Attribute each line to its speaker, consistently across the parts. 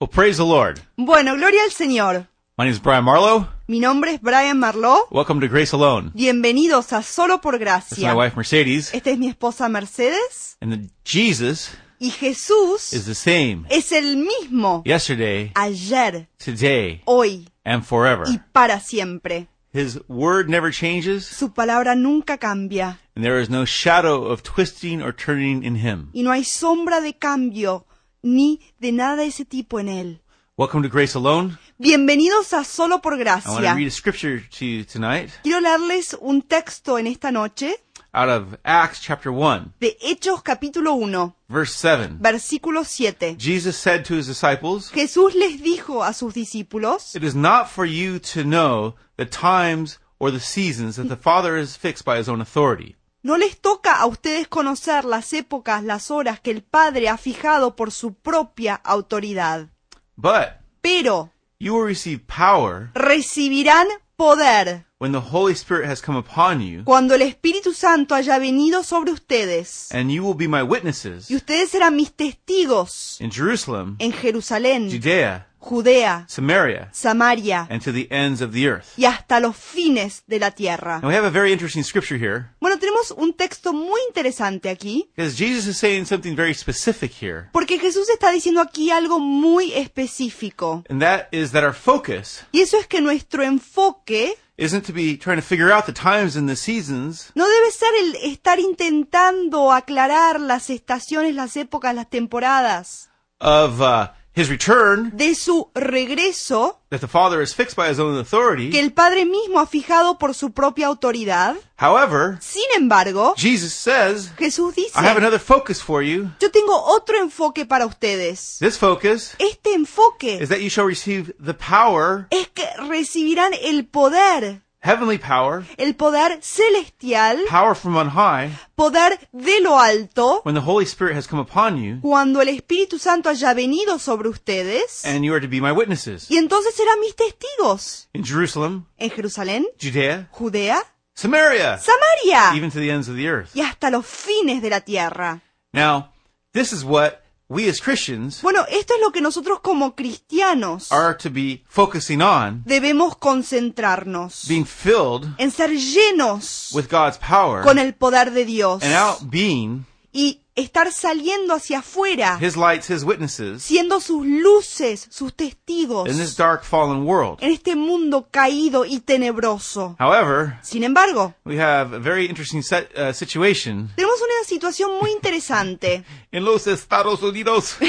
Speaker 1: Well, praise the Lord.
Speaker 2: Bueno, gloria al Señor.
Speaker 1: My name is Brian Marlowe.
Speaker 2: Mi nombre es Brian Marlowe.
Speaker 1: Welcome to Grace Alone.
Speaker 2: Bienvenidos a Solo por
Speaker 1: It's
Speaker 2: Gracia.
Speaker 1: my wife Mercedes,
Speaker 2: Esta es mi esposa Mercedes
Speaker 1: and the Jesus
Speaker 2: y Jesús
Speaker 1: is the same
Speaker 2: es el mismo
Speaker 1: yesterday,
Speaker 2: ayer,
Speaker 1: today,
Speaker 2: hoy
Speaker 1: and forever.
Speaker 2: y para siempre.
Speaker 1: His word never changes,
Speaker 2: Su palabra nunca cambia
Speaker 1: and there is no shadow of twisting or turning in him.
Speaker 2: y no hay sombra de cambio ni de nada de ese tipo en él.
Speaker 1: Welcome to Grace Alone.
Speaker 2: Bienvenidos a Solo por
Speaker 1: I want to
Speaker 2: Gracia.
Speaker 1: read a scripture to you tonight
Speaker 2: Quiero leerles un texto en esta noche
Speaker 1: out of Acts chapter 1,
Speaker 2: de Hechos capítulo 1,
Speaker 1: verse 7.
Speaker 2: versículo 7.
Speaker 1: Jesus said to his disciples,
Speaker 2: Jesús les dijo a sus discípulos,
Speaker 1: It is not for you to know the times or the seasons that the Father has fixed by his own authority.
Speaker 2: no les toca a ustedes conocer las épocas, las horas que el Padre ha fijado por su propia autoridad,
Speaker 1: But
Speaker 2: pero
Speaker 1: you will receive power
Speaker 2: recibirán poder
Speaker 1: when the Holy Spirit has come upon you,
Speaker 2: cuando el Espíritu Santo haya venido sobre ustedes,
Speaker 1: and you will be my witnesses
Speaker 2: y ustedes serán mis testigos
Speaker 1: in Jerusalem,
Speaker 2: en Jerusalén,
Speaker 1: Judea,
Speaker 2: Judea,
Speaker 1: Samaria,
Speaker 2: Samaria
Speaker 1: and to the ends of the earth.
Speaker 2: y hasta los fines de la tierra.
Speaker 1: Now we have a very interesting scripture here
Speaker 2: Bueno, tenemos un texto muy interesante aquí,
Speaker 1: because Jesus is saying something very specific here,
Speaker 2: porque Jesús está diciendo aquí algo muy específico.
Speaker 1: and that is that our focus
Speaker 2: Y eso es que nuestro enfoque
Speaker 1: isn't to be trying to figure out the times and the seasons,
Speaker 2: no debe ser el estar intentando aclarar las estaciones, las épocas, las temporadas
Speaker 1: of uh, his return
Speaker 2: de su regreso
Speaker 1: that the Father is fixed by his own
Speaker 2: que
Speaker 1: authority.
Speaker 2: el Padre mismo ha fijado por su propia autoridad.
Speaker 1: However,
Speaker 2: Sin embargo,
Speaker 1: Jesus says,
Speaker 2: Jesús dice,
Speaker 1: I have another focus for you.
Speaker 2: yo tengo otro enfoque para ustedes.
Speaker 1: This focus
Speaker 2: Este enfoque
Speaker 1: is that you shall receive the power,
Speaker 2: es que recibirán el poder,
Speaker 1: heavenly power,
Speaker 2: el poder celestial,
Speaker 1: power from on high,
Speaker 2: poder de lo alto,
Speaker 1: when the Holy Spirit has come upon you,
Speaker 2: cuando el Espíritu Santo haya venido sobre ustedes.
Speaker 1: and you are to be my witnesses
Speaker 2: Y entonces serán mis testigos
Speaker 1: in Jerusalem,
Speaker 2: en Jerusalén,
Speaker 1: Judea,
Speaker 2: Judea,
Speaker 1: Samaria,
Speaker 2: Samaria
Speaker 1: even to the ends of the earth.
Speaker 2: y hasta los fines de la tierra.
Speaker 1: Now, this is what we as Christians
Speaker 2: Bueno, esto es lo que nosotros como cristianos
Speaker 1: are to be focusing on,
Speaker 2: debemos concentrarnos
Speaker 1: being filled
Speaker 2: en ser llenos
Speaker 1: with God's power
Speaker 2: con el poder de Dios
Speaker 1: and out being
Speaker 2: y estar saliendo hacia afuera,
Speaker 1: His lights, His witnesses
Speaker 2: siendo sus luces, sus testigos
Speaker 1: in this dark fallen world.
Speaker 2: en este mundo caído y tenebroso.
Speaker 1: However,
Speaker 2: Sin embargo,
Speaker 1: we have a very interesting set, uh, situation
Speaker 2: tenemos una situación muy interesante
Speaker 1: in Los Estados Unidos.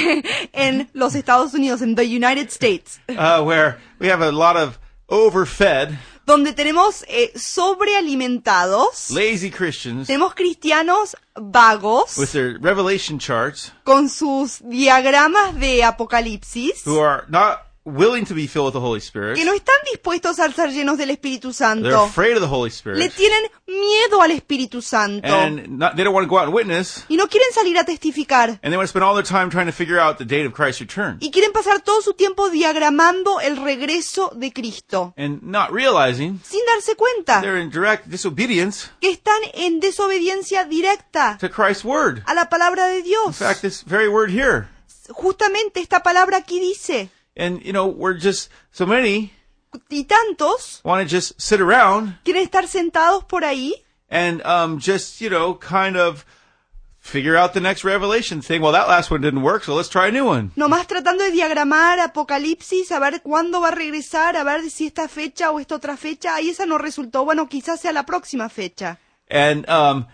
Speaker 2: en los Estados Unidos, en the United States.
Speaker 1: uh, where we have a lot of overfed,
Speaker 2: donde tenemos eh, sobrealimentados,
Speaker 1: lazy Christians
Speaker 2: tenemos cristianos vagos
Speaker 1: with their revelation charts
Speaker 2: con sus diagramas de Apocalipsis
Speaker 1: who are not willing to be filled with the Holy Spirit.
Speaker 2: que no están dispuestos a ser llenos del Espíritu
Speaker 1: They're
Speaker 2: Santo.
Speaker 1: afraid of the Holy
Speaker 2: Le
Speaker 1: Spirit.
Speaker 2: tienen miedo al Espíritu Santo
Speaker 1: And not, they don't want to go out and witness.
Speaker 2: y no quieren salir a testificar
Speaker 1: And they want to spend all their time trying to figure out the date of Christ's return.
Speaker 2: y quieren pasar todo su tiempo diagramando el regreso de Cristo
Speaker 1: And not realizing
Speaker 2: sin darse cuenta
Speaker 1: they're in direct disobedience
Speaker 2: que están en desobediencia directa
Speaker 1: to Christ's word.
Speaker 2: a la palabra de
Speaker 1: In
Speaker 2: Dios.
Speaker 1: fact, this very word here.
Speaker 2: Justamente esta palabra aquí dice
Speaker 1: And, you know, we're just, so many
Speaker 2: y tantos
Speaker 1: want to just sit around
Speaker 2: quieren estar sentados por ahí
Speaker 1: and um, just you know kind of figure out the next revelation thing well that last one didn't work so let's try a new one
Speaker 2: nomás tratando de diagramar Apocalipsis, a ver cuándo va a regresar, a ver si esta fecha o esta otra fecha, ahí esa no resultó, bueno, quizás sea la próxima fecha.
Speaker 1: and um,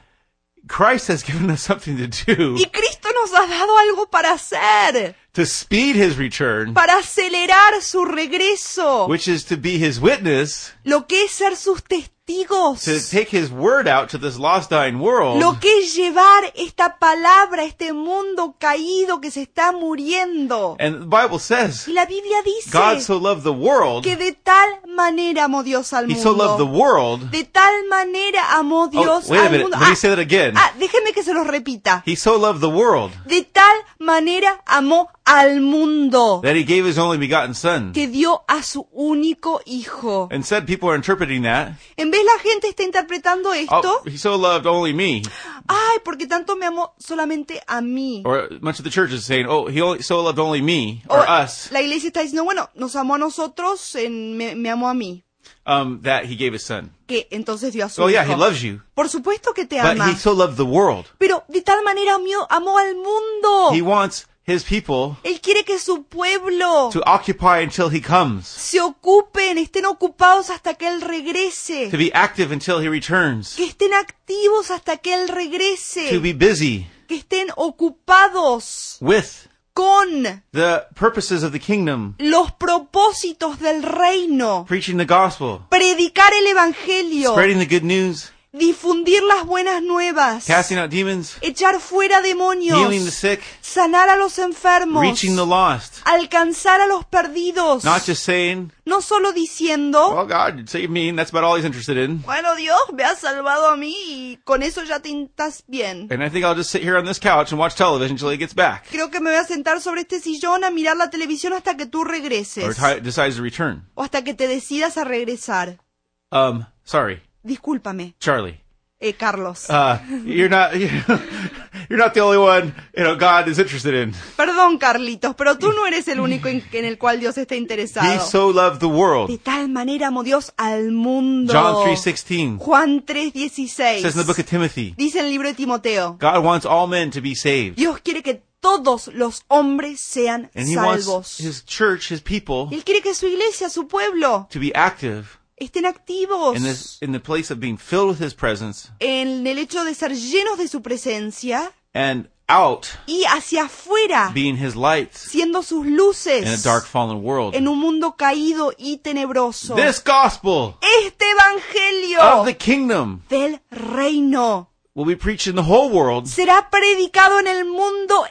Speaker 1: christ has given us something to do
Speaker 2: Y Cristo nos ha dado algo para hacer,
Speaker 1: to speed his return
Speaker 2: para acelerar su regreso,
Speaker 1: which is to be his witness
Speaker 2: lo que es ser sus testigos,
Speaker 1: to take his word out to this lost dying
Speaker 2: lo
Speaker 1: world
Speaker 2: que es llevar esta palabra, este mundo caído que se está muriendo.
Speaker 1: and the bible says
Speaker 2: Y la Biblia
Speaker 1: Eh. god
Speaker 2: dice
Speaker 1: so loved the world
Speaker 2: que de tal manera amó Dios al
Speaker 1: he so loved the
Speaker 2: mundo.
Speaker 1: world
Speaker 2: De tal manera amó
Speaker 1: oh,
Speaker 2: Dios
Speaker 1: wait a
Speaker 2: al
Speaker 1: minute
Speaker 2: mundo.
Speaker 1: let me
Speaker 2: Ah,
Speaker 1: say that again
Speaker 2: ah, déjeme que se los repita.
Speaker 1: he so loved the world
Speaker 2: De tal manera amó al mundo,
Speaker 1: that he gave his only begotten son.
Speaker 2: que dio a su único hijo.
Speaker 1: Instead, people are interpreting that.
Speaker 2: En vez la gente está interpretando
Speaker 1: Oh,
Speaker 2: esto,
Speaker 1: he so loved only me.
Speaker 2: ay, porque tanto me amó solamente a mí.
Speaker 1: Or much of the church is saying, oh, he only, so loved only me,
Speaker 2: O
Speaker 1: or us,
Speaker 2: La iglesia está diciendo, bueno, nos amó a nosotros, en- me, me amó a mí,
Speaker 1: um, that he gave his son.
Speaker 2: que entonces dio a su
Speaker 1: Oh,
Speaker 2: hijo.
Speaker 1: yeah, he loves you.
Speaker 2: Por supuesto que te
Speaker 1: But
Speaker 2: ama,
Speaker 1: he so loved the world.
Speaker 2: pero de tal manera amó, amó al mundo.
Speaker 1: He wants his people
Speaker 2: Él quiere que su pueblo
Speaker 1: to occupy until he comes,
Speaker 2: se ocupen, estén ocupados hasta que Él regrese,
Speaker 1: to be active until he returns,
Speaker 2: que estén activos hasta que Él
Speaker 1: to
Speaker 2: regrese,
Speaker 1: be busy
Speaker 2: que estén ocupados
Speaker 1: with
Speaker 2: con
Speaker 1: the purposes of the kingdom,
Speaker 2: los propósitos del reino,
Speaker 1: preaching the gospel,
Speaker 2: predicar el Evangelio,
Speaker 1: spreading the good news,
Speaker 2: difundir las buenas nuevas,
Speaker 1: casting out demons,
Speaker 2: echar fuera
Speaker 1: healing the
Speaker 2: demonios,
Speaker 1: sick,
Speaker 2: sanar a los enfermos,
Speaker 1: reaching the lost,
Speaker 2: alcanzar a los perdidos,
Speaker 1: not just saying,
Speaker 2: no solo diciendo,
Speaker 1: "Well, God, save me." And that's about all he's interested in.
Speaker 2: Bueno, Dios, me has salvado a mí y con eso ya te estás bien.
Speaker 1: And I think I'll just sit here on this couch and watch television until he gets back
Speaker 2: Creo que me voy a sentar sobre este sillón a mirar la televisión hasta que tú
Speaker 1: or
Speaker 2: regreses.
Speaker 1: ti decides to return.
Speaker 2: O hasta que te decidas a regresar.
Speaker 1: Um, sorry,
Speaker 2: Discúlpame,
Speaker 1: Charlie.
Speaker 2: eh, Carlos.
Speaker 1: Uh, you're not. You're not the only one. You know, God is interested in.
Speaker 2: Perdón, Carlitos, pero tú no eres el único en, en el cual Dios está
Speaker 1: He
Speaker 2: interesado.
Speaker 1: so loved the
Speaker 2: De
Speaker 1: world.
Speaker 2: tal manera amó Dios al mundo.
Speaker 1: John three sixteen
Speaker 2: Juan
Speaker 1: says in the book
Speaker 2: 3.16.
Speaker 1: of Timothy,
Speaker 2: Dice en el libro de Timoteo.
Speaker 1: God wants all men to be saved,
Speaker 2: Dios quiere que todos los hombres sean
Speaker 1: and He wants
Speaker 2: salvos.
Speaker 1: His church, His people,
Speaker 2: Él quiere que su iglesia, su pueblo,
Speaker 1: to be active
Speaker 2: estén activos
Speaker 1: in this in the place of being filled with His presence
Speaker 2: en el hecho de ser llenos de su presencia
Speaker 1: and out
Speaker 2: y hacia afuera,
Speaker 1: being His light
Speaker 2: siendo sus
Speaker 1: in a
Speaker 2: luces
Speaker 1: dark fallen world.
Speaker 2: en un mundo caído y tenebroso.
Speaker 1: This gospel
Speaker 2: Este evangelio
Speaker 1: of the kingdom
Speaker 2: del reino
Speaker 1: will be preached in the whole world
Speaker 2: será predicado en el mundo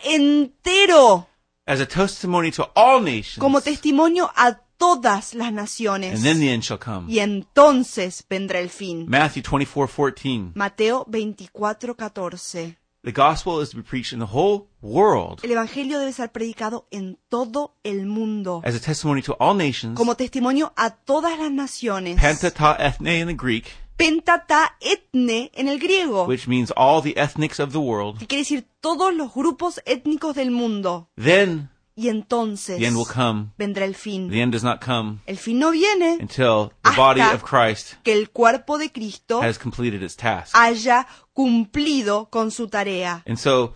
Speaker 2: entero
Speaker 1: as a testimony to all nations,
Speaker 2: como testimonio a todas las naciones.
Speaker 1: and then the end shall come.
Speaker 2: Y entonces vendrá el fin.
Speaker 1: Matthew twenty four fourteen.
Speaker 2: Mateo 24, 14.
Speaker 1: The gospel is to be preached in the whole world
Speaker 2: El evangelio debe ser predicado en todo el mundo.
Speaker 1: as a testimony to all nations.
Speaker 2: como testimonio a todas las naciones.
Speaker 1: Penta ta ethne in the Greek,
Speaker 2: Pentata etne en el griego,
Speaker 1: which means all the ethnics of the world.
Speaker 2: que quiere decir todos los grupos étnicos del mundo.
Speaker 1: Then
Speaker 2: Y entonces
Speaker 1: the end will come.
Speaker 2: vendrá el fin.
Speaker 1: The end does not come
Speaker 2: El fin no viene
Speaker 1: until the
Speaker 2: Hasta-
Speaker 1: body of Christ
Speaker 2: que el cuerpo de Cristo
Speaker 1: has completed its task.
Speaker 2: haya cumplido con su tarea.
Speaker 1: And so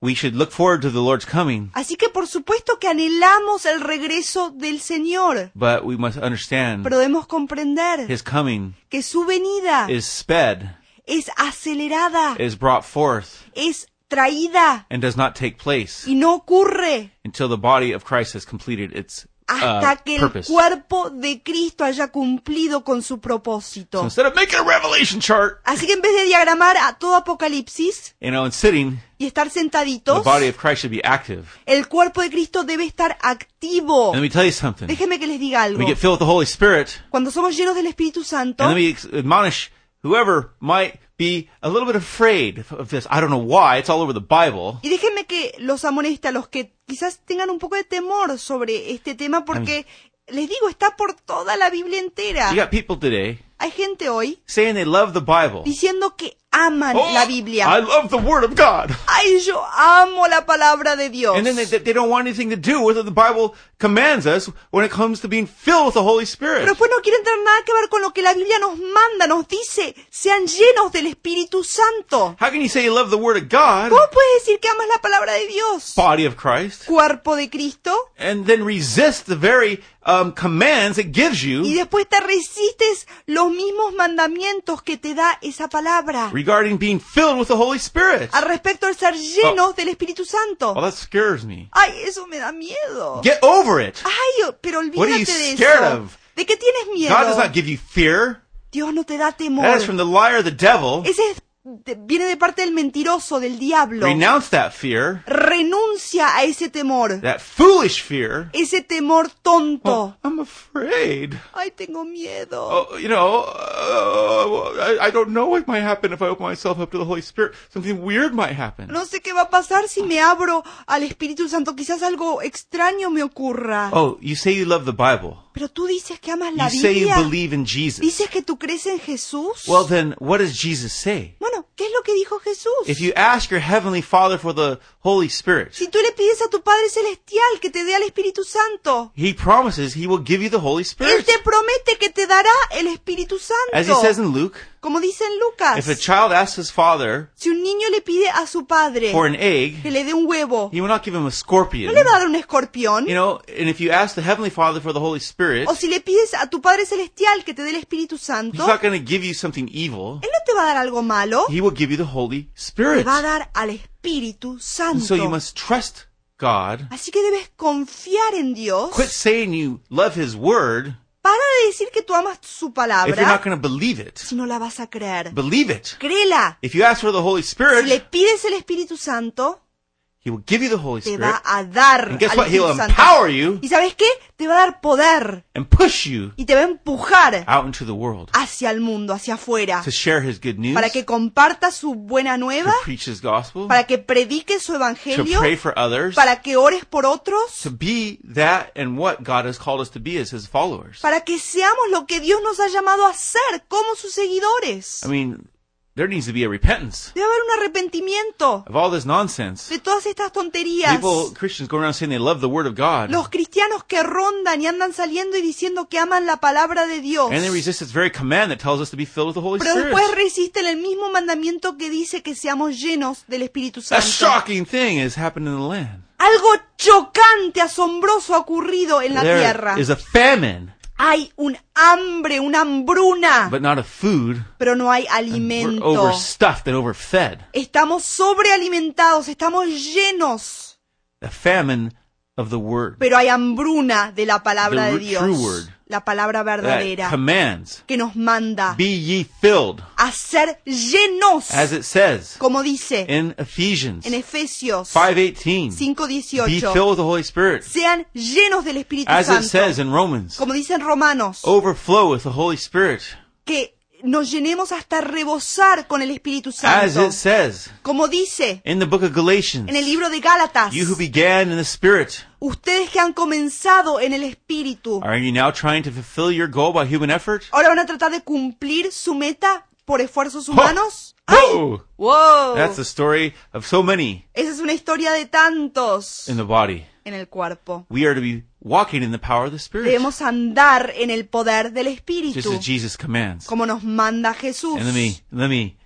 Speaker 1: we should look forward to the Lord's coming,
Speaker 2: Así que por supuesto que anhelamos el regreso del Señor,
Speaker 1: but we must understand
Speaker 2: pero debemos comprender
Speaker 1: his coming
Speaker 2: que su venida
Speaker 1: is sped,
Speaker 2: es acelerada,
Speaker 1: is brought forth,
Speaker 2: es traída
Speaker 1: and does not take place
Speaker 2: y no ocurre
Speaker 1: until the body of Christ has completed its
Speaker 2: hasta
Speaker 1: uh,
Speaker 2: que el
Speaker 1: purpose.
Speaker 2: cuerpo de Cristo haya cumplido con su
Speaker 1: So
Speaker 2: propósito.
Speaker 1: instead of making a revelation chart,
Speaker 2: Así que en vez de diagramar a todo Apocalipsis
Speaker 1: you know, and sitting,
Speaker 2: y estar
Speaker 1: the
Speaker 2: sentaditos,
Speaker 1: body of Christ should be active.
Speaker 2: el cuerpo de Cristo debe estar activo.
Speaker 1: And let me tell you something.
Speaker 2: Déjeme que les diga algo.
Speaker 1: We get filled with the Holy Spirit,
Speaker 2: Cuando somos llenos del Espíritu Santo,
Speaker 1: and let me ex- admonish whoever might be a little bit afraid of- of this. I don't know why. It's all over the Bible.
Speaker 2: y déjenme que los amoneste a los que quizás tengan un poco de temor sobre este tema, porque les digo, está por toda la Biblia entera.
Speaker 1: You got people today
Speaker 2: Hay gente hoy
Speaker 1: saying they love the Bible.
Speaker 2: diciendo que aman
Speaker 1: Oh,
Speaker 2: la Biblia.
Speaker 1: I love the Word of God.
Speaker 2: Ay, yo amo la palabra de Dios.
Speaker 1: And then they, they don't want anything to do with what the Bible commands us when it comes to being filled with the Holy Spirit.
Speaker 2: Pero después no quieren tener nada que ver con lo que la Biblia nos manda, nos dice, sean llenos del Espíritu Santo.
Speaker 1: How can you say you love the Word of God,
Speaker 2: ¿Cómo puedes decir que amas la palabra de Dios?
Speaker 1: body of Christ,
Speaker 2: Cuerpo de Cristo.
Speaker 1: and then resist the very um, commands it gives
Speaker 2: Y
Speaker 1: you
Speaker 2: después te resistes los mismos mandamientos que te da esa palabra.
Speaker 1: regarding being filled with the Holy Spirit.
Speaker 2: Al respecto al ser llenos del Espíritu
Speaker 1: Well,
Speaker 2: Santo.
Speaker 1: that scares me.
Speaker 2: Ay, eso me da miedo.
Speaker 1: Get over it.
Speaker 2: Ay, o- pero
Speaker 1: What are
Speaker 2: olvídate
Speaker 1: you
Speaker 2: de
Speaker 1: scared
Speaker 2: eso.
Speaker 1: of?
Speaker 2: ¿De qué tienes
Speaker 1: God does
Speaker 2: miedo?
Speaker 1: not give you fear.
Speaker 2: Dios no te da
Speaker 1: That is from
Speaker 2: temor.
Speaker 1: the liar, the devil.
Speaker 2: Ese es de- viene de parte del mentiroso, del diablo.
Speaker 1: Renounce that fear,
Speaker 2: Renuncia a ese temor,
Speaker 1: that foolish fear.
Speaker 2: ese temor tonto.
Speaker 1: Well, I'm afraid.
Speaker 2: Ay, tengo miedo.
Speaker 1: Oh, you know, uh, I, I don't know what might happen if I open myself up to the Holy Spirit. Something weird might happen.
Speaker 2: No sé qué va a pasar si me abro al Espíritu Santo. Quizás algo extraño me ocurra.
Speaker 1: Oh, you say you love the Bible.
Speaker 2: Pero tú dices que amas la
Speaker 1: You say you
Speaker 2: Biblia.
Speaker 1: believe in Jesus.
Speaker 2: Dices que tú crees en Jesús.
Speaker 1: Well, then, what does Jesus say?
Speaker 2: bueno, ¿qué es lo que dijo Jesús?
Speaker 1: If you ask your Heavenly Father for the Holy Spirit,
Speaker 2: Si tú le pides a tu Padre Celestial que te dé al Espíritu Santo,
Speaker 1: He promises He will give you the Holy
Speaker 2: Él
Speaker 1: Spirit.
Speaker 2: te promete que te dará el Espíritu
Speaker 1: As He says
Speaker 2: Santo.
Speaker 1: in Luke,
Speaker 2: Como dice en
Speaker 1: if a
Speaker 2: Lucas,
Speaker 1: child asks his father
Speaker 2: si un niño le pide a su padre
Speaker 1: for an egg,
Speaker 2: que le dé un huevo,
Speaker 1: He will not give him a
Speaker 2: ¿no
Speaker 1: scorpion.
Speaker 2: le va a dar un escorpión?
Speaker 1: You know, and if you ask the Heavenly Father for the Holy Spirit,
Speaker 2: O si le pides a tu Padre Celestial que te dé el Espíritu
Speaker 1: He's
Speaker 2: Santo,
Speaker 1: not going to give you something evil.
Speaker 2: Él no te va a dar algo malo,
Speaker 1: He will give you the Holy
Speaker 2: te
Speaker 1: Spirit.
Speaker 2: va a dar al Espíritu
Speaker 1: And so you
Speaker 2: Santo.
Speaker 1: must trust God.
Speaker 2: Así que debes confiar en Dios.
Speaker 1: Quit saying you love His Word
Speaker 2: Para de decir que tú amas su
Speaker 1: if you're not
Speaker 2: palabra
Speaker 1: going to believe it.
Speaker 2: si no la vas a creer.
Speaker 1: Believe it.
Speaker 2: Créela.
Speaker 1: If you ask for the Holy
Speaker 2: Si le
Speaker 1: Spirit,
Speaker 2: pides el Espíritu Santo,
Speaker 1: He will give you the Holy
Speaker 2: te
Speaker 1: Spirit.
Speaker 2: va a dar
Speaker 1: And guess
Speaker 2: al
Speaker 1: what? He'll
Speaker 2: Espíritu Santo.
Speaker 1: empower you
Speaker 2: ¿Y sabes qué? Te va a dar poder
Speaker 1: and push you
Speaker 2: y te va a empujar
Speaker 1: out into the world
Speaker 2: hacia el mundo, hacia afuera,
Speaker 1: Ah. to share His good news,
Speaker 2: Ah. para que
Speaker 1: to
Speaker 2: compartas su buena nueva,
Speaker 1: preach His gospel,
Speaker 2: para que prediques su
Speaker 1: to
Speaker 2: evangelio,
Speaker 1: pray for others,
Speaker 2: para que ores por otros,
Speaker 1: to be that and what God has called us to be as His followers.
Speaker 2: para que seamos lo que Dios nos ha llamado a ser como sus seguidores.
Speaker 1: I mean, there needs to be a repentance
Speaker 2: Debe haber un arrepentimiento
Speaker 1: of all this nonsense.
Speaker 2: de todas estas tonterías.
Speaker 1: People, Christians, go around saying they love the Word of God,
Speaker 2: Los cristianos que rondan y andan saliendo y diciendo que aman la palabra de Dios.
Speaker 1: and they resist its very command that tells us to be filled with the Holy
Speaker 2: Pero
Speaker 1: Spirit.
Speaker 2: después resisten el mismo mandamiento que dice que seamos llenos del Espíritu
Speaker 1: That
Speaker 2: Santo.
Speaker 1: shocking thing has happened in the land.
Speaker 2: Algo chocante, asombroso ha ocurrido en la tierra.
Speaker 1: There is a famine,
Speaker 2: Hay un hambre, una hambruna,
Speaker 1: but not of food.
Speaker 2: pero no hay
Speaker 1: We're
Speaker 2: Ah. alimento.
Speaker 1: overstuffed and overfed.
Speaker 2: Estamos sobrealimentados, estamos llenos,
Speaker 1: The famine of the Word
Speaker 2: pero hay hambruna de la
Speaker 1: The
Speaker 2: palabra de
Speaker 1: word- true
Speaker 2: Dios,
Speaker 1: word.
Speaker 2: la palabra
Speaker 1: that
Speaker 2: verdadera
Speaker 1: commands,
Speaker 2: que nos manda
Speaker 1: "Be ye filled,"
Speaker 2: a ser llenos,
Speaker 1: as it says
Speaker 2: como dice
Speaker 1: in Ephesians
Speaker 2: en Efesios
Speaker 1: 5:18. Be
Speaker 2: 5:18.
Speaker 1: filled with the Holy Spirit,
Speaker 2: sean llenos del Espíritu
Speaker 1: as it says
Speaker 2: Santo,
Speaker 1: in Oh. Romans.
Speaker 2: como dicen Romanos,
Speaker 1: Overflow with the Holy Spirit,
Speaker 2: que nos llenemos hasta rebosar con el Espíritu
Speaker 1: as
Speaker 2: Santo,
Speaker 1: it says
Speaker 2: como dice
Speaker 1: in the book of Galatians.
Speaker 2: en el libro de Gálatas,
Speaker 1: You who began in the Spirit,
Speaker 2: ustedes que han comenzado en el Espíritu,
Speaker 1: are you now trying to fulfill your goal by human effort?
Speaker 2: ahora van a tratar de cumplir su meta por esfuerzos humanos. ¡Ay!
Speaker 1: Whoa!
Speaker 2: ¡Wow!
Speaker 1: That's the story of so many
Speaker 2: Esa es una historia de tantos
Speaker 1: in the body.
Speaker 2: en el cuerpo.
Speaker 1: We are to be walking in the power of the Spirit,
Speaker 2: Debemos andar en el poder del
Speaker 1: just
Speaker 2: Espíritu,
Speaker 1: as Jesus commands.
Speaker 2: como nos manda Jesús.
Speaker 1: And let me let me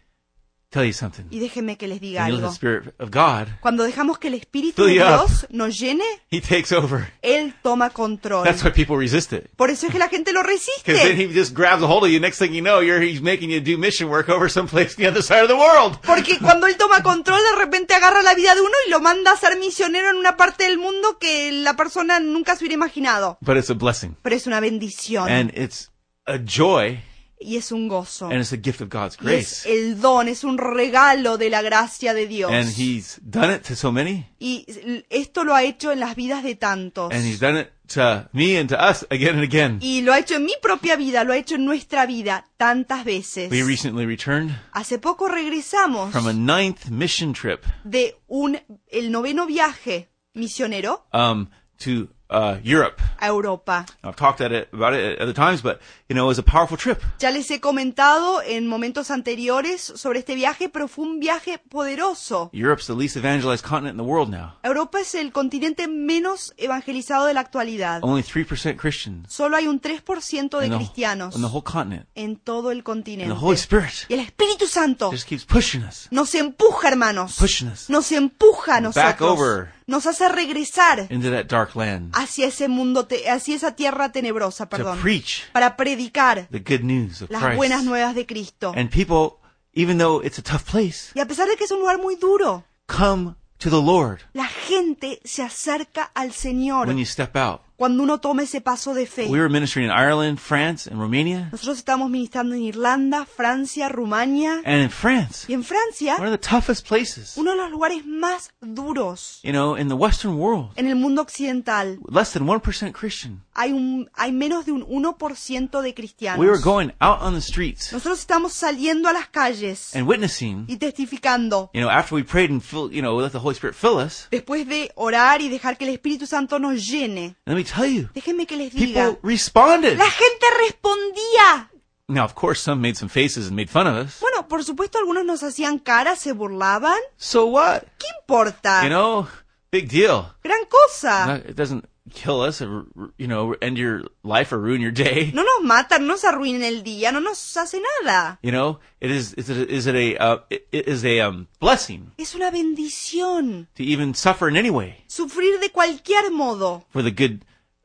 Speaker 1: tell you something.
Speaker 2: Y déjenme que les diga
Speaker 1: When you let the
Speaker 2: algo.
Speaker 1: Spirit of God,
Speaker 2: Cuando dejamos que el Espíritu de
Speaker 1: Fill you up.
Speaker 2: Dios nos llene,
Speaker 1: He takes over.
Speaker 2: Él toma control.
Speaker 1: That's why people resist it.
Speaker 2: Por eso es que la gente lo
Speaker 1: Because then
Speaker 2: resiste.
Speaker 1: he just grabs a hold of you. Next thing you know, you're, he's making you do mission work over someplace on the other side of the world.
Speaker 2: Porque cuando Él toma control, de repente agarra la vida de uno y lo manda a ser misionero en una parte del mundo que la persona nunca se hubiera imaginado.
Speaker 1: But it's a blessing.
Speaker 2: Pero es una bendición
Speaker 1: And it's a joy.
Speaker 2: y es un gozo.
Speaker 1: And it's a gift of God's
Speaker 2: Y es
Speaker 1: grace.
Speaker 2: el don, es un regalo de la gracia de Dios.
Speaker 1: And he's done it to so many.
Speaker 2: Y esto lo ha hecho en las vidas de tantos.
Speaker 1: And he's done it to me and to us again and again.
Speaker 2: Y lo ha hecho en mi propia vida, lo ha hecho en nuestra vida tantas veces.
Speaker 1: We recently returned
Speaker 2: Hace poco regresamos
Speaker 1: from a ninth mission trip
Speaker 2: de un el noveno viaje misionero
Speaker 1: um, to uh, Europe.
Speaker 2: a Europa.
Speaker 1: I've talked at it, about it at other times, but you know, it was a powerful trip.
Speaker 2: Ya les he comentado en momentos anteriores sobre este viaje, pero fue un viaje poderoso.
Speaker 1: Europe's the least evangelized continent in the world now.
Speaker 2: Europa es el continente menos evangelizado de la actualidad.
Speaker 1: Only 3% Christians
Speaker 2: Solo hay un 3% de
Speaker 1: in the,
Speaker 2: cristianos
Speaker 1: on the whole continent.
Speaker 2: en todo el
Speaker 1: And
Speaker 2: continente.
Speaker 1: the Holy Spirit
Speaker 2: Y el Espíritu Santo
Speaker 1: just keeps pushing us,
Speaker 2: nos empuja, hermanos.
Speaker 1: pushing us
Speaker 2: Nos empuja a
Speaker 1: Back
Speaker 2: nosotros.
Speaker 1: over.
Speaker 2: Nos hace regresar
Speaker 1: into that dark land
Speaker 2: hacia ese mundo, te- hacia esa tierra tenebrosa,
Speaker 1: to
Speaker 2: Ah, perdón.
Speaker 1: preach
Speaker 2: Para predicar
Speaker 1: the good news of
Speaker 2: las buenas
Speaker 1: Christ.
Speaker 2: nuevas de Cristo.
Speaker 1: And people, even though it's a tough place,
Speaker 2: Y a pesar de que es un lugar muy duro,
Speaker 1: come to the Lord
Speaker 2: la gente se acerca al Señor
Speaker 1: when you step out.
Speaker 2: cuando uno toma ese paso de fe.
Speaker 1: We were ministering in Ireland, France, and Romania.
Speaker 2: Nosotros estamos ministrando en Irlanda, Francia, Rumania
Speaker 1: And in France,
Speaker 2: y en Francia,
Speaker 1: one of the toughest places,
Speaker 2: uno de los lugares más duros
Speaker 1: you know, in the Western world.
Speaker 2: en el mundo occidental.
Speaker 1: Less than 1% Christian.
Speaker 2: Hay, un, hay menos de un 1%
Speaker 1: We were
Speaker 2: de cristianos.
Speaker 1: going out on the streets
Speaker 2: Nosotros estamos saliendo a las calles
Speaker 1: and witnessing,
Speaker 2: y testificando.
Speaker 1: you know, after we prayed and, fill, you know, let the Holy Spirit fill us.
Speaker 2: Después de orar y dejar que el Espíritu Santo nos llene,
Speaker 1: And let me tell you,
Speaker 2: déjenme que les diga,
Speaker 1: people responded.
Speaker 2: la gente respondía.
Speaker 1: Now, of course, some made some faces and made fun of us.
Speaker 2: Bueno, por supuesto algunos nos hacían cara, se burlaban.
Speaker 1: So what?
Speaker 2: ¿Qué importa?
Speaker 1: You know, big deal.
Speaker 2: Gran cosa.
Speaker 1: Not- It doesn't kill us or, you know, end your life or ruin your day.
Speaker 2: No nos matan, no nos arruinen el día, no nos hace nada.
Speaker 1: You know, it is, is it, is it a, uh, it it is a, um, blessing
Speaker 2: Es una bendición
Speaker 1: to even suffer in any way
Speaker 2: sufrir de cualquier modo
Speaker 1: for the good,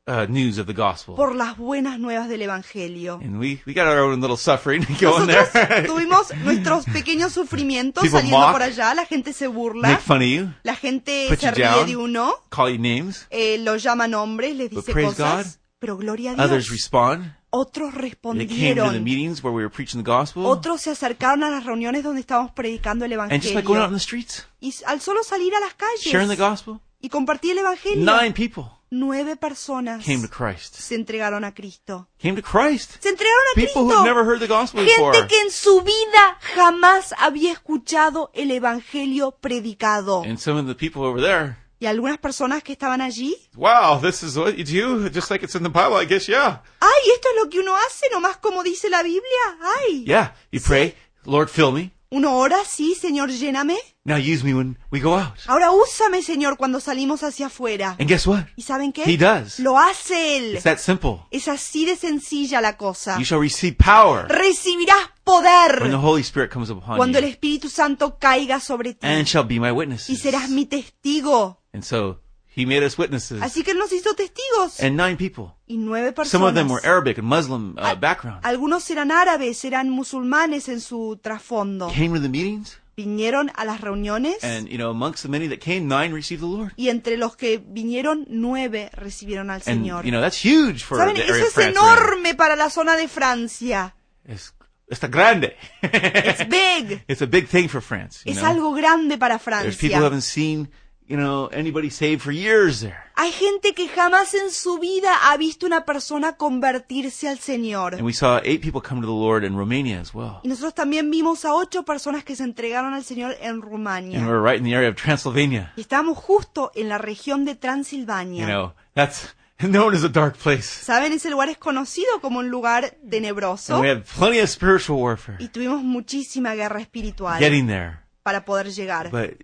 Speaker 1: uh, news of the gospel.
Speaker 2: por las buenas nuevas del Evangelio.
Speaker 1: And we, we got our own little suffering going
Speaker 2: Nosotros
Speaker 1: there.
Speaker 2: tuvimos nuestros pequeños sufrimientos
Speaker 1: People
Speaker 2: saliendo
Speaker 1: mock.
Speaker 2: por allá, la gente se burla,
Speaker 1: Make fun of you,
Speaker 2: la gente
Speaker 1: put
Speaker 2: se
Speaker 1: you
Speaker 2: ríe
Speaker 1: down.
Speaker 2: de uno,
Speaker 1: call you names.
Speaker 2: eh, lo llama nombres, les
Speaker 1: But
Speaker 2: dice
Speaker 1: praise
Speaker 2: cosas,
Speaker 1: God.
Speaker 2: pero gloria a
Speaker 1: Others
Speaker 2: Dios.
Speaker 1: respond.
Speaker 2: Otros
Speaker 1: They came to the
Speaker 2: respondieron,
Speaker 1: meetings where we were preaching the gospel.
Speaker 2: otros se acercaron a las reuniones donde estábamos predicando el
Speaker 1: and just by going out on
Speaker 2: Evangelio.
Speaker 1: the streets,
Speaker 2: Y al solo salir a las
Speaker 1: sharing the
Speaker 2: calles
Speaker 1: gospel,
Speaker 2: y compartir el Evangelio,
Speaker 1: nine people
Speaker 2: nueve personas
Speaker 1: came to Christ.
Speaker 2: se entregaron a Cristo.
Speaker 1: Came to Christ.
Speaker 2: Se entregaron a
Speaker 1: People who've never
Speaker 2: Cristo.
Speaker 1: heard the gospel before.
Speaker 2: Gente que en su vida jamás había escuchado el Evangelio predicado.
Speaker 1: And some of the people over there,
Speaker 2: Y algunas personas que estaban allí,
Speaker 1: wow, this is what you do? Just like it's in the Bible, I guess, yeah.
Speaker 2: ay, esto es lo que uno hace, nomás como dice la Biblia, ay.
Speaker 1: Yeah, you pray, Lord, fill me.
Speaker 2: Uno ora, sí, Señor, lléname.
Speaker 1: Now use me when we go out.
Speaker 2: Ahora úsame, Señor, cuando salimos hacia afuera.
Speaker 1: And guess what?
Speaker 2: ¿Y saben qué?
Speaker 1: He does.
Speaker 2: Lo hace Él.
Speaker 1: It's that simple.
Speaker 2: Es así de sencilla la cosa.
Speaker 1: You shall receive power
Speaker 2: Recibirás
Speaker 1: when the
Speaker 2: poder
Speaker 1: Holy Spirit comes upon
Speaker 2: cuando el
Speaker 1: you
Speaker 2: Espíritu Santo caiga sobre ti.
Speaker 1: and shall be my
Speaker 2: y
Speaker 1: witnesses.
Speaker 2: serás mi testigo.
Speaker 1: And so he made us witnesses.
Speaker 2: Así que él nos hizo testigos.
Speaker 1: And nine people.
Speaker 2: Y nueve
Speaker 1: Some of them were
Speaker 2: personas.
Speaker 1: Arabic and Muslim uh, background.
Speaker 2: Algunos eran árabes, eran musulmanes en su trasfondo.
Speaker 1: Came to the meetings,
Speaker 2: Vinieron a las reuniones
Speaker 1: and you know, amongst the many that came, nine received the Lord.
Speaker 2: y entre los que vinieron, nueve recibieron al
Speaker 1: And
Speaker 2: Señor.
Speaker 1: you know, that's huge for
Speaker 2: ¿Saben?
Speaker 1: the
Speaker 2: Eso
Speaker 1: area of
Speaker 2: es
Speaker 1: France. we're in.
Speaker 2: enorme para la zona de Francia.
Speaker 1: Es, está grande.
Speaker 2: It's big.
Speaker 1: it's a big thing for France. Eh, You
Speaker 2: Es
Speaker 1: know?
Speaker 2: algo grande para
Speaker 1: There's people who
Speaker 2: Francia.
Speaker 1: haven't seen, you know, anybody saved for years there.
Speaker 2: Hay gente que jamás en su vida ha visto una persona convertirse al Señor.
Speaker 1: And we saw eight people come to the Lord in Romania as well.
Speaker 2: Y nosotros también vimos a ocho personas que se entregaron al Señor en
Speaker 1: And we
Speaker 2: Rumania.
Speaker 1: were right in the area of Transylvania.
Speaker 2: Y estábamos justo en la región de
Speaker 1: You
Speaker 2: Transilvania.
Speaker 1: know, that's known as a dark place.
Speaker 2: Saben, ese lugar es conocido como un lugar
Speaker 1: And
Speaker 2: tenebroso
Speaker 1: we had plenty of spiritual warfare
Speaker 2: y tuvimos muchísima guerra espiritual
Speaker 1: getting there.
Speaker 2: para poder llegar.
Speaker 1: But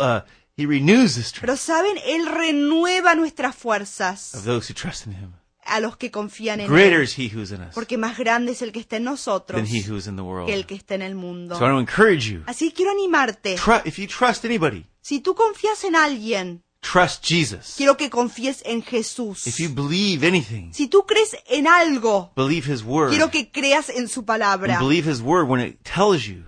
Speaker 1: uh, he renews the strength
Speaker 2: Pero saben, Él renueva nuestras
Speaker 1: of
Speaker 2: fuerzas
Speaker 1: those who trust in him.
Speaker 2: a los que confían en
Speaker 1: Greater
Speaker 2: Él,
Speaker 1: is he who is in us
Speaker 2: porque más grande es el que está en
Speaker 1: than
Speaker 2: nosotros
Speaker 1: he who is in the world.
Speaker 2: que el que
Speaker 1: So
Speaker 2: está en el
Speaker 1: I
Speaker 2: mundo.
Speaker 1: want to encourage you.
Speaker 2: Así que quiero animarte.
Speaker 1: Tru- if you trust anybody,
Speaker 2: Si tú confías en alguien,
Speaker 1: trust Jesus.
Speaker 2: quiero que confíes en Jesús.
Speaker 1: If you believe anything,
Speaker 2: Si tú crees en algo,
Speaker 1: believe his word.
Speaker 2: quiero que creas en su
Speaker 1: And
Speaker 2: palabra.
Speaker 1: believe his word when it tells you,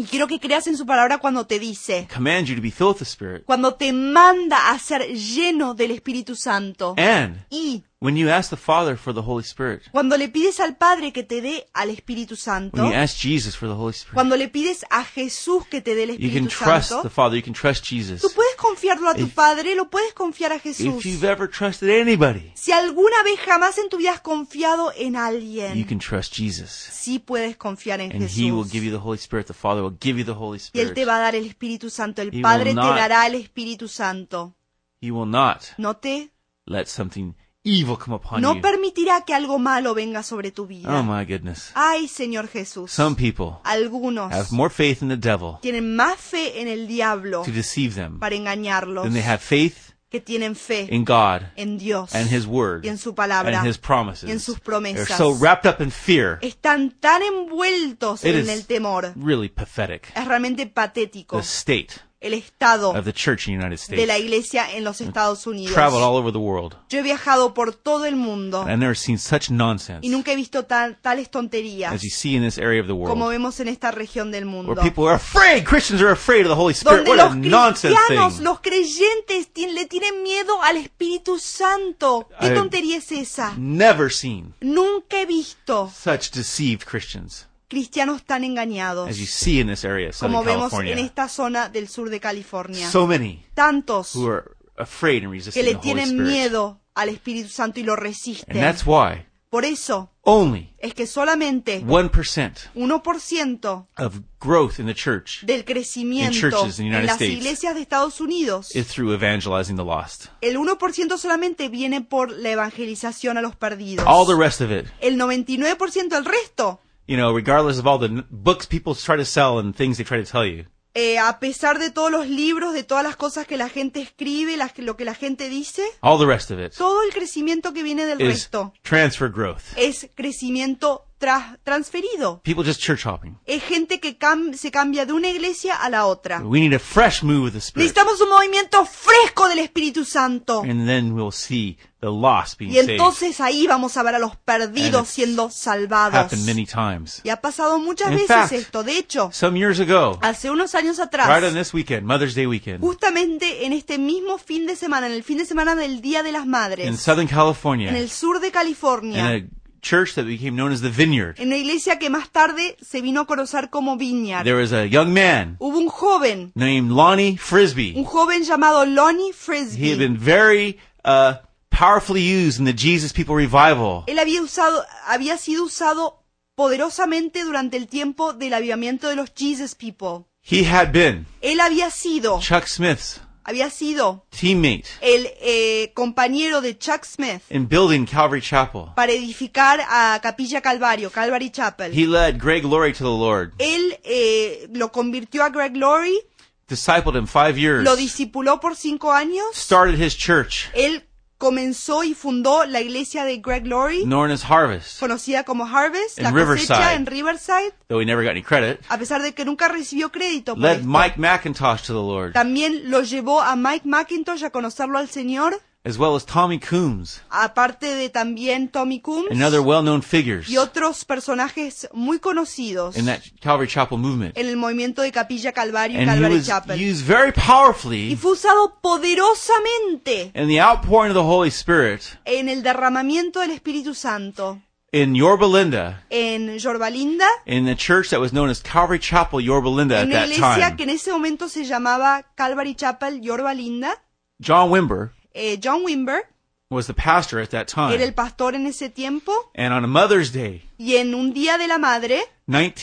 Speaker 2: Y quiero que creas en su palabra cuando te dice,
Speaker 1: commands you to be filled with the Spirit.
Speaker 2: cuando te manda a ser lleno del Espíritu Santo.
Speaker 1: And
Speaker 2: Y
Speaker 1: when you ask the Father for the Holy Spirit,
Speaker 2: cuando le pides al Padre que te dé al Espíritu
Speaker 1: when
Speaker 2: Santo,
Speaker 1: you ask Jesus for the Holy Spirit,
Speaker 2: cuando le pides a Jesús que te dé el
Speaker 1: you can
Speaker 2: Espíritu
Speaker 1: trust the
Speaker 2: Santo,
Speaker 1: Father. You can trust Jesus.
Speaker 2: tú puedes confiarlo a tu
Speaker 1: If-
Speaker 2: Padre, lo puedes confiar a Jesús.
Speaker 1: If you've ever trusted anybody,
Speaker 2: Si alguna vez jamás en tu vida has confiado en
Speaker 1: you
Speaker 2: alguien,
Speaker 1: can trust Jesus.
Speaker 2: sí puedes confiar en
Speaker 1: And he will
Speaker 2: Jesús.
Speaker 1: give you the Holy Spirit. The Father will give you the Holy
Speaker 2: Y Él
Speaker 1: Spirit.
Speaker 2: te va a dar el Espíritu Santo.
Speaker 1: He
Speaker 2: El
Speaker 1: will
Speaker 2: Padre te
Speaker 1: not-
Speaker 2: dará el Espíritu Santo.
Speaker 1: He will not
Speaker 2: No te,
Speaker 1: let something evil come upon
Speaker 2: no
Speaker 1: you.
Speaker 2: permitirá que algo malo venga sobre tu vida.
Speaker 1: Oh my goodness.
Speaker 2: Ay, Señor Jesús.
Speaker 1: Some people
Speaker 2: Algunos
Speaker 1: have more faith in the devil
Speaker 2: tienen más fe en el diablo
Speaker 1: to deceive them
Speaker 2: para engañarlos
Speaker 1: than they have faith
Speaker 2: que tienen fe
Speaker 1: in God
Speaker 2: en Dios
Speaker 1: and his word
Speaker 2: y en su palabra.
Speaker 1: and his promises.
Speaker 2: y en sus
Speaker 1: They're
Speaker 2: promesas.
Speaker 1: so wrapped up in fear.
Speaker 2: Están tan envueltos
Speaker 1: It
Speaker 2: en
Speaker 1: is
Speaker 2: el temor.
Speaker 1: really pathetic.
Speaker 2: Es realmente patético
Speaker 1: The state
Speaker 2: el estado
Speaker 1: of the church in the United
Speaker 2: de la
Speaker 1: States.
Speaker 2: iglesia en los Estados Unidos.
Speaker 1: Traveled all over the world.
Speaker 2: Yo he viajado por todo el mundo
Speaker 1: I've never seen such nonsense
Speaker 2: y nunca he visto tal- tales tonterías
Speaker 1: as you see in this area of the
Speaker 2: como
Speaker 1: world.
Speaker 2: vemos en esta región del mundo.
Speaker 1: Where people are afraid. Christians are afraid of the Holy Spirit.
Speaker 2: Donde
Speaker 1: What a
Speaker 2: los
Speaker 1: nonsense
Speaker 2: cristianos,
Speaker 1: thing.
Speaker 2: los creyentes, tien- le tienen miedo al Espíritu Santo. ¿Qué
Speaker 1: I've-
Speaker 2: tontería es esa?
Speaker 1: Never seen
Speaker 2: Nunca he visto
Speaker 1: such deceived Christians
Speaker 2: cristianos tan engañados
Speaker 1: as you see in this area of Southern
Speaker 2: como vemos en
Speaker 1: California.
Speaker 2: esta zona del sur de California.
Speaker 1: So many
Speaker 2: Tantos
Speaker 1: who are afraid and resisting
Speaker 2: que le
Speaker 1: the Holy
Speaker 2: tienen
Speaker 1: Spirit.
Speaker 2: miedo al Espíritu Santo y lo
Speaker 1: And
Speaker 2: resisten.
Speaker 1: that's why
Speaker 2: Por eso
Speaker 1: only
Speaker 2: es que solamente
Speaker 1: 1%
Speaker 2: 1%
Speaker 1: of growth in the church
Speaker 2: del crecimiento
Speaker 1: churches in the United
Speaker 2: en las
Speaker 1: States.
Speaker 2: iglesias de Estados Unidos,
Speaker 1: is through evangelizing the lost.
Speaker 2: el 1% solamente viene por la evangelización a los perdidos.
Speaker 1: All the rest of it,
Speaker 2: El 99% del resto,
Speaker 1: you know, regardless of all the n- books people try to sell and things they try to tell you,
Speaker 2: eh, a pesar de todos los libros, de todas las cosas que la gente escribe, las que- lo que la gente dice,
Speaker 1: all the rest of it
Speaker 2: todo el crecimiento que viene del
Speaker 1: is
Speaker 2: resto
Speaker 1: transfer growth.
Speaker 2: es crecimiento tras- transferido.
Speaker 1: People just church hopping.
Speaker 2: Es gente que cam- se cambia de una iglesia a la otra.
Speaker 1: We need a fresh move of the Spirit,
Speaker 2: Necesitamos un movimiento fresco del Espíritu Santo.
Speaker 1: and then we'll see the lost being
Speaker 2: Y
Speaker 1: saved
Speaker 2: entonces ahí vamos a ver a los
Speaker 1: And
Speaker 2: perdidos
Speaker 1: it's
Speaker 2: siendo salvados.
Speaker 1: happen many times.
Speaker 2: Y ha pasado muchas
Speaker 1: In
Speaker 2: veces
Speaker 1: fact,
Speaker 2: esto. De hecho,
Speaker 1: Some years ago,
Speaker 2: hace unos años
Speaker 1: right on
Speaker 2: atrás,
Speaker 1: this weekend, Mother's Day weekend,
Speaker 2: justamente en este mismo fin de semana, en el fin de semana del Día de las
Speaker 1: in
Speaker 2: Madres,
Speaker 1: Southern
Speaker 2: en
Speaker 1: California,
Speaker 2: el sur de
Speaker 1: in
Speaker 2: California,
Speaker 1: a church that became known as the Vineyard,
Speaker 2: en la iglesia que más tarde se vino a conocer como Vineyard,
Speaker 1: there was a young man
Speaker 2: hubo un joven,
Speaker 1: named Lonnie Frisbee.
Speaker 2: un joven llamado Lonnie
Speaker 1: He had
Speaker 2: Frisbee.
Speaker 1: been very uh, powerfully used in the Jesus People revival.
Speaker 2: Él había usado, había sido usado poderosamente durante el tiempo del avivamiento de los Jesus People.
Speaker 1: He had been
Speaker 2: Él había sido,
Speaker 1: Chuck Smith's
Speaker 2: había sido
Speaker 1: teammate
Speaker 2: el eh, compañero de Chuck Smith
Speaker 1: in building Calvary Chapel.
Speaker 2: para edificar a Capilla Calvario, Calvary Chapel.
Speaker 1: He led Greg Laurie to the Lord,
Speaker 2: Él eh, lo convirtió a Greg Laurie,
Speaker 1: discipled him five years,
Speaker 2: lo discipuló por cinco años.
Speaker 1: started his church,
Speaker 2: Él comenzó y fundó la iglesia de Greg Laurie,
Speaker 1: known as Harvest,
Speaker 2: conocida como Harvest,
Speaker 1: En
Speaker 2: la cosecha
Speaker 1: Riverside.
Speaker 2: en Riverside,
Speaker 1: though he never got any credit.
Speaker 2: a pesar de que nunca recibió crédito. Por
Speaker 1: Led
Speaker 2: esto.
Speaker 1: Mike McIntosh to the Lord,
Speaker 2: También lo llevó a Mike McIntosh a conocerlo al Señor,
Speaker 1: as well as Tommy Coombs
Speaker 2: aparte de también Tommy Coombs.
Speaker 1: and other well-known figures
Speaker 2: y otros personajes muy conocidos
Speaker 1: in that Calvary Chapel movement.
Speaker 2: en el movimiento de Capilla Calvario y
Speaker 1: And he
Speaker 2: Calvary
Speaker 1: was
Speaker 2: Chapel.
Speaker 1: used very
Speaker 2: Y
Speaker 1: powerfully
Speaker 2: fue usado poderosamente
Speaker 1: in the outpouring of the Holy Spirit
Speaker 2: en el derramamiento del Espíritu Santo
Speaker 1: in Yorba Linda,
Speaker 2: en Yorbalinda,
Speaker 1: in the church that was known as Calvary Chapel, Yorba Linda at
Speaker 2: en una
Speaker 1: that
Speaker 2: iglesia
Speaker 1: time.
Speaker 2: que en ese momento se llamaba Calvary Chapel Yorbalinda.
Speaker 1: John Wimber
Speaker 2: Eh, John Wimber
Speaker 1: was the pastor at that
Speaker 2: era
Speaker 1: time.
Speaker 2: el pastor en ese tiempo
Speaker 1: And on a Mother's Day,
Speaker 2: y en un día de la madre,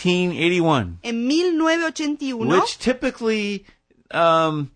Speaker 1: 1981,
Speaker 2: en 1981,
Speaker 1: which typically um,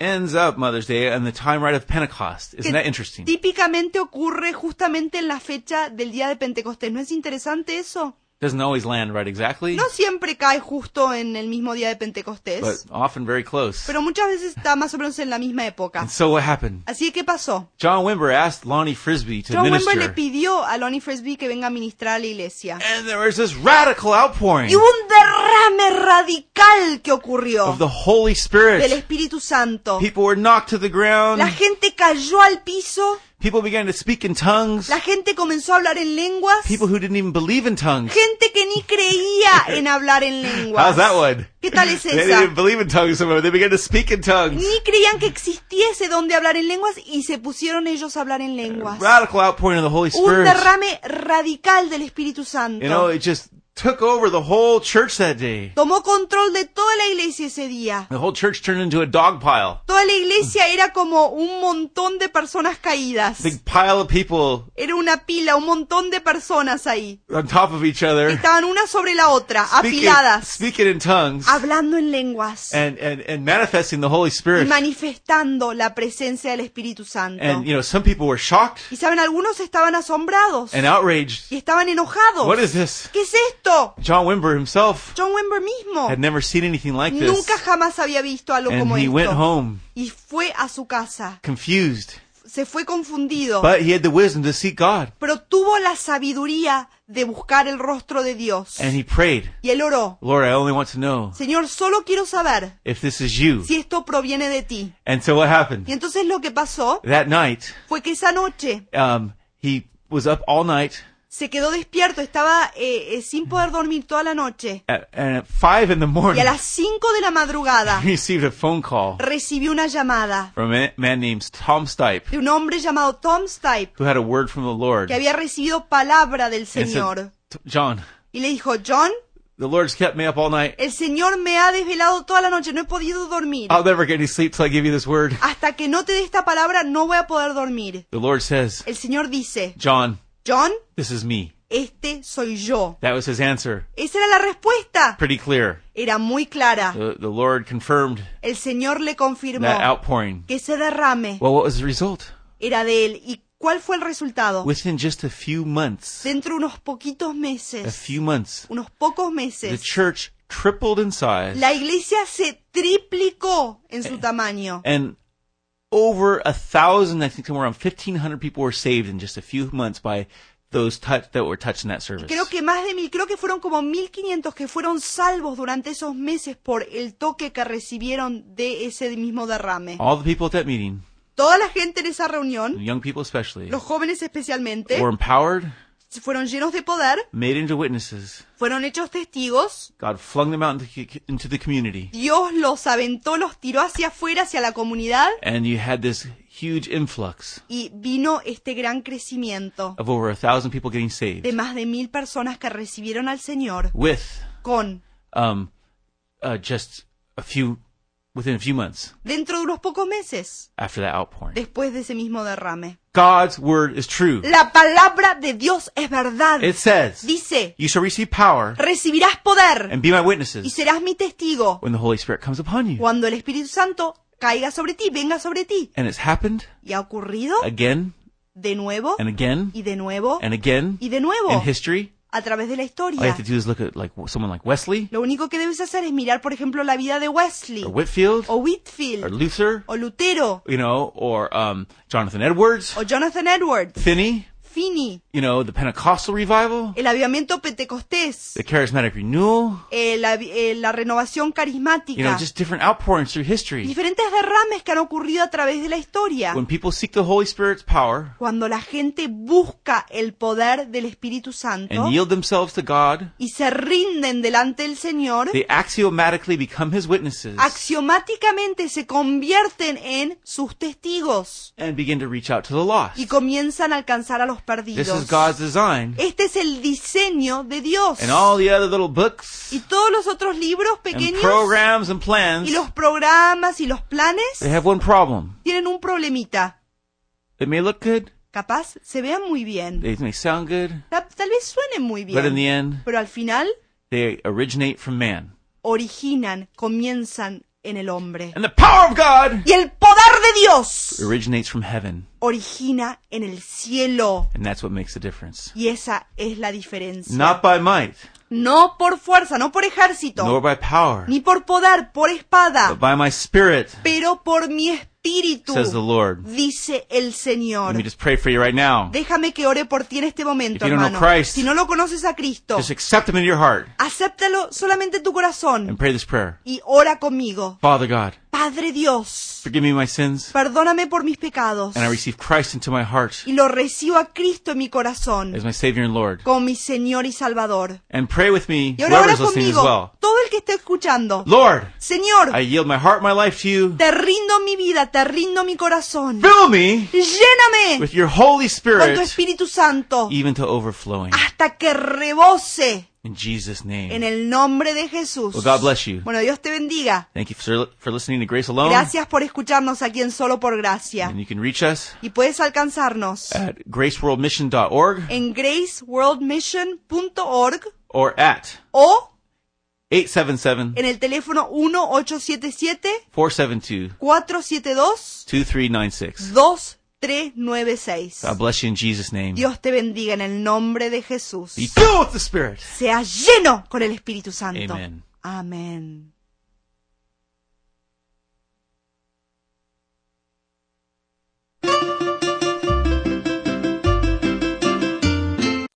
Speaker 1: ends up Mother's Day on the time right of Pentecost. Isn't
Speaker 2: Que
Speaker 1: that interesting?
Speaker 2: típicamente ocurre justamente en la fecha del día de Pentecostés. ¿No es interesante eso?
Speaker 1: Doesn't always land right exactly,
Speaker 2: No siempre cae justo en el mismo día de Pentecostés,
Speaker 1: but often very close.
Speaker 2: pero muchas veces está más o menos en la misma época.
Speaker 1: And so what happened?
Speaker 2: Así que, ¿qué pasó?
Speaker 1: John Wimber asked Lonnie Frisbee to
Speaker 2: John Wimber le
Speaker 1: minister.
Speaker 2: pidió a Lonnie Frisbee que venga a ministrar a la iglesia.
Speaker 1: And there was this radical outpouring
Speaker 2: Y hubo un derrame radical que
Speaker 1: of
Speaker 2: ocurrió
Speaker 1: the Holy
Speaker 2: del
Speaker 1: Spirit.
Speaker 2: Espíritu Santo.
Speaker 1: People were knocked to the ground.
Speaker 2: La gente cayó al piso,
Speaker 1: People began to speak in tongues.
Speaker 2: la gente comenzó a hablar en lenguas,
Speaker 1: People
Speaker 2: gente
Speaker 1: who didn't even believe in tongues.
Speaker 2: que ni creía en hablar en lenguas.
Speaker 1: How's that one?
Speaker 2: ¿Qué tal es
Speaker 1: they
Speaker 2: esa?
Speaker 1: didn't believe in tongues anymore. They began to speak in tongues.
Speaker 2: Ni creían que existiese donde hablar en lenguas y se pusieron ellos a hablar en lenguas.
Speaker 1: Radical outpouring of the Holy
Speaker 2: un
Speaker 1: Spirit.
Speaker 2: derrame radical del
Speaker 1: You
Speaker 2: Espíritu
Speaker 1: know,
Speaker 2: Santo.
Speaker 1: it just took over the whole church that day.
Speaker 2: Tomó control de toda la iglesia ese día.
Speaker 1: The whole church turned into a dog pile.
Speaker 2: Toda la iglesia era como un montón de personas caídas.
Speaker 1: Big pile of people
Speaker 2: Era una pila, un montón de personas ahí.
Speaker 1: on top of each
Speaker 2: que
Speaker 1: other.
Speaker 2: Estaban una sobre la otra,
Speaker 1: Speaking,
Speaker 2: apiladas,
Speaker 1: speaking in tongues
Speaker 2: hablando en lenguas
Speaker 1: and, and, and manifesting the Holy
Speaker 2: y
Speaker 1: Spirit.
Speaker 2: manifestando la presencia del Espíritu Santo.
Speaker 1: And, you know, some people were shocked
Speaker 2: Y saben, algunos estaban asombrados
Speaker 1: and outraged.
Speaker 2: y estaban enojados.
Speaker 1: What is this?
Speaker 2: ¿Qué es esto?
Speaker 1: John Wimber himself
Speaker 2: John Wember mismo
Speaker 1: had never seen anything like this.
Speaker 2: nunca jamás había visto algo
Speaker 1: And
Speaker 2: como
Speaker 1: he went
Speaker 2: esto.
Speaker 1: home
Speaker 2: Y fue a su casa,
Speaker 1: confused.
Speaker 2: se fue confundido,
Speaker 1: but he had the wisdom to seek God.
Speaker 2: pero tuvo la sabiduría de buscar el rostro de Dios.
Speaker 1: And he prayed,
Speaker 2: Y él oró,
Speaker 1: Lord, I only want to know
Speaker 2: Señor, solo quiero saber
Speaker 1: if this is you.
Speaker 2: si esto proviene de ti.
Speaker 1: And so what
Speaker 2: Y
Speaker 1: happened?
Speaker 2: entonces lo que pasó
Speaker 1: That night,
Speaker 2: fue que esa noche
Speaker 1: um, he was up all night.
Speaker 2: se quedó despierto, estaba eh, eh, sin poder dormir toda la noche.
Speaker 1: At, and at five in the
Speaker 2: Y a
Speaker 1: morning,
Speaker 2: las 5 de la madrugada
Speaker 1: he received a phone call
Speaker 2: recibió una llamada
Speaker 1: from a man named Tom Stipe,
Speaker 2: de un hombre llamado Tom Stipe,
Speaker 1: who had a word from the Lord.
Speaker 2: que había recibido palabra del
Speaker 1: And said,
Speaker 2: Señor.
Speaker 1: "T- John,
Speaker 2: Y le dijo, John,
Speaker 1: the Lord's kept me up all night.
Speaker 2: el Señor me ha desvelado toda la noche, no he podido dormir.
Speaker 1: I'll never get any sleep till I give you this word.
Speaker 2: Hasta que no te dé esta palabra, no voy a poder dormir.
Speaker 1: The Lord says,
Speaker 2: El Señor dice,
Speaker 1: John,
Speaker 2: John,
Speaker 1: this is me.
Speaker 2: este soy yo.
Speaker 1: That was his answer.
Speaker 2: Esa era la respuesta.
Speaker 1: Pretty clear.
Speaker 2: Era muy clara.
Speaker 1: The, the Lord confirmed
Speaker 2: El Señor le confirmó
Speaker 1: that outpouring.
Speaker 2: que ese derrame
Speaker 1: Well, what was the result?
Speaker 2: era de él. ¿Y cuál fue el resultado?
Speaker 1: Within just a few months,
Speaker 2: Dentro de unos poquitos
Speaker 1: a
Speaker 2: meses,
Speaker 1: few months,
Speaker 2: unos pocos
Speaker 1: the
Speaker 2: meses,
Speaker 1: church tripled in size
Speaker 2: la iglesia se triplicó en
Speaker 1: Eh,
Speaker 2: su tamaño.
Speaker 1: and over a thousand, I think somewhere around 1500 people were saved in just a few months by those touch, that were touched in that service.
Speaker 2: Creo que más de mil, creo que fueron como 1500 que fueron salvos durante esos meses por el toque que recibieron de ese mismo derrame.
Speaker 1: All the people at that meeting,
Speaker 2: Toda la gente en esa
Speaker 1: the
Speaker 2: reunión,
Speaker 1: young people especially,
Speaker 2: los jóvenes especialmente,
Speaker 1: were empowered,
Speaker 2: fueron llenos de poder,
Speaker 1: made into witnesses.
Speaker 2: fueron hechos testigos.
Speaker 1: God flung them out into the- into the community.
Speaker 2: Dios los aventó, los tiró hacia afuera, hacia la comunidad,
Speaker 1: And you had this huge influx
Speaker 2: y vino este gran crecimiento
Speaker 1: of over a thousand people getting saved
Speaker 2: de más de mil personas que recibieron al Señor
Speaker 1: with
Speaker 2: con,
Speaker 1: um, uh, just a few, within a few months
Speaker 2: dentro de unos pocos meses,
Speaker 1: after that outpouring.
Speaker 2: después de ese mismo derrame.
Speaker 1: God's word is true.
Speaker 2: La palabra de Dios es verdad.
Speaker 1: It says,
Speaker 2: Dice,
Speaker 1: You shall receive power
Speaker 2: recibirás poder
Speaker 1: and be my
Speaker 2: y
Speaker 1: witnesses
Speaker 2: serás mi testigo
Speaker 1: when the Holy Spirit comes upon you.
Speaker 2: cuando el Espíritu Santo caiga sobre ti, venga sobre ti.
Speaker 1: And it's happened
Speaker 2: Y ha ocurrido
Speaker 1: again
Speaker 2: de nuevo
Speaker 1: and again
Speaker 2: y de nuevo
Speaker 1: and again
Speaker 2: y de
Speaker 1: in
Speaker 2: nuevo
Speaker 1: history.
Speaker 2: a través de la
Speaker 1: All you
Speaker 2: historia.
Speaker 1: have to do is look at like someone like Wesley
Speaker 2: Lo único que debes hacer es mirar, por ejemplo, la vida de Wesley
Speaker 1: or Whitfield
Speaker 2: o
Speaker 1: or
Speaker 2: Whitfield
Speaker 1: Luther,
Speaker 2: o Lutero
Speaker 1: you know, or um, Jonathan Edwards,
Speaker 2: o Jonathan Edwards,
Speaker 1: Finney,
Speaker 2: Finney,
Speaker 1: you know, the Pentecostal revival,
Speaker 2: el avivamiento pentecostés,
Speaker 1: the charismatic renewal,
Speaker 2: eh, la, eh, la renovación
Speaker 1: you know,
Speaker 2: carismática,
Speaker 1: just different outpourings through history.
Speaker 2: diferentes derrames que han ocurrido a través de la historia.
Speaker 1: When people seek the Holy Spirit's power
Speaker 2: Cuando la gente busca el poder del Espíritu Santo
Speaker 1: and yield themselves to God,
Speaker 2: y se rinden delante del Señor,
Speaker 1: they axiomatically become His witnesses
Speaker 2: axiomáticamente se convierten en sus testigos
Speaker 1: and begin to reach out to the lost.
Speaker 2: y comienzan a alcanzar a los
Speaker 1: This
Speaker 2: perdidos.
Speaker 1: is God's design.
Speaker 2: Este es el diseño de Dios.
Speaker 1: And all the other little books
Speaker 2: Y todos los otros libros
Speaker 1: and
Speaker 2: pequeños
Speaker 1: programs and plans,
Speaker 2: y los programas y los
Speaker 1: they
Speaker 2: planes
Speaker 1: have one problem.
Speaker 2: tienen un problemita.
Speaker 1: It may look good,
Speaker 2: Capaz se vean muy bien.
Speaker 1: they may sound good,
Speaker 2: Ta- Tal vez suenen muy
Speaker 1: but in the
Speaker 2: bien.
Speaker 1: end,
Speaker 2: Pero al final
Speaker 1: they originate from man.
Speaker 2: originan, comienzan en el hombre.
Speaker 1: And the power of God
Speaker 2: Y el poder de Dios
Speaker 1: originates from heaven.
Speaker 2: origina en el cielo.
Speaker 1: And that's what makes the difference.
Speaker 2: Y esa es la diferencia.
Speaker 1: Not by might,
Speaker 2: No por fuerza, no por
Speaker 1: nor
Speaker 2: ejército,
Speaker 1: by power,
Speaker 2: ni por poder, por espada,
Speaker 1: but by my spirit,
Speaker 2: pero por mi espíritu,
Speaker 1: says the Lord.
Speaker 2: dice el
Speaker 1: Let
Speaker 2: Señor.
Speaker 1: me just pray for you right now.
Speaker 2: Déjame que ore por ti en este momento,
Speaker 1: If you don't know
Speaker 2: hermano.
Speaker 1: Christ,
Speaker 2: si no lo conoces a Cristo,
Speaker 1: Just accept Him into your heart
Speaker 2: acéptalo solamente en tu corazón
Speaker 1: and pray this prayer.
Speaker 2: y ora conmigo.
Speaker 1: Father God,
Speaker 2: Padre Dios,
Speaker 1: forgive me my sins,
Speaker 2: perdóname por mis pecados
Speaker 1: and I receive Christ into my heart
Speaker 2: y lo recibo a Cristo en mi corazón
Speaker 1: as my Savior and Lord.
Speaker 2: como mi Señor y Salvador.
Speaker 1: And pray with me,
Speaker 2: Y ahora ora
Speaker 1: whoever's listening as
Speaker 2: conmigo,
Speaker 1: well.
Speaker 2: todo el que esté escuchando.
Speaker 1: Lord,
Speaker 2: Señor,
Speaker 1: I yield my heart, my life to you.
Speaker 2: te rindo mi vida, te rindo mi corazón.
Speaker 1: Fill me
Speaker 2: Lléname
Speaker 1: with your Holy
Speaker 2: con tu
Speaker 1: Spirit,
Speaker 2: Espíritu Santo
Speaker 1: even to overflowing.
Speaker 2: hasta que rebose
Speaker 1: In Jesus'
Speaker 2: en
Speaker 1: name.
Speaker 2: el nombre de Jesús.
Speaker 1: Well, God bless you. Oh.
Speaker 2: Bueno, Dios te bendiga.
Speaker 1: Thank you for, for listening to Grace Alone.
Speaker 2: Gracias por escucharnos aquí en Solo por Gracia.
Speaker 1: And you can reach us
Speaker 2: Y puedes alcanzarnos
Speaker 1: at graceworldmission.org
Speaker 2: en graceworldmission.org
Speaker 1: or at
Speaker 2: o
Speaker 1: 877
Speaker 2: en el teléfono 1877
Speaker 1: 472
Speaker 2: 472
Speaker 1: 2396.
Speaker 2: 2396.
Speaker 1: God bless you in Jesus' name.
Speaker 2: Dios te bendiga en el nombre de Jesús.
Speaker 1: Be filled with the Spirit.
Speaker 2: Sea lleno con el Espíritu Santo.
Speaker 1: Amen.
Speaker 2: Amén.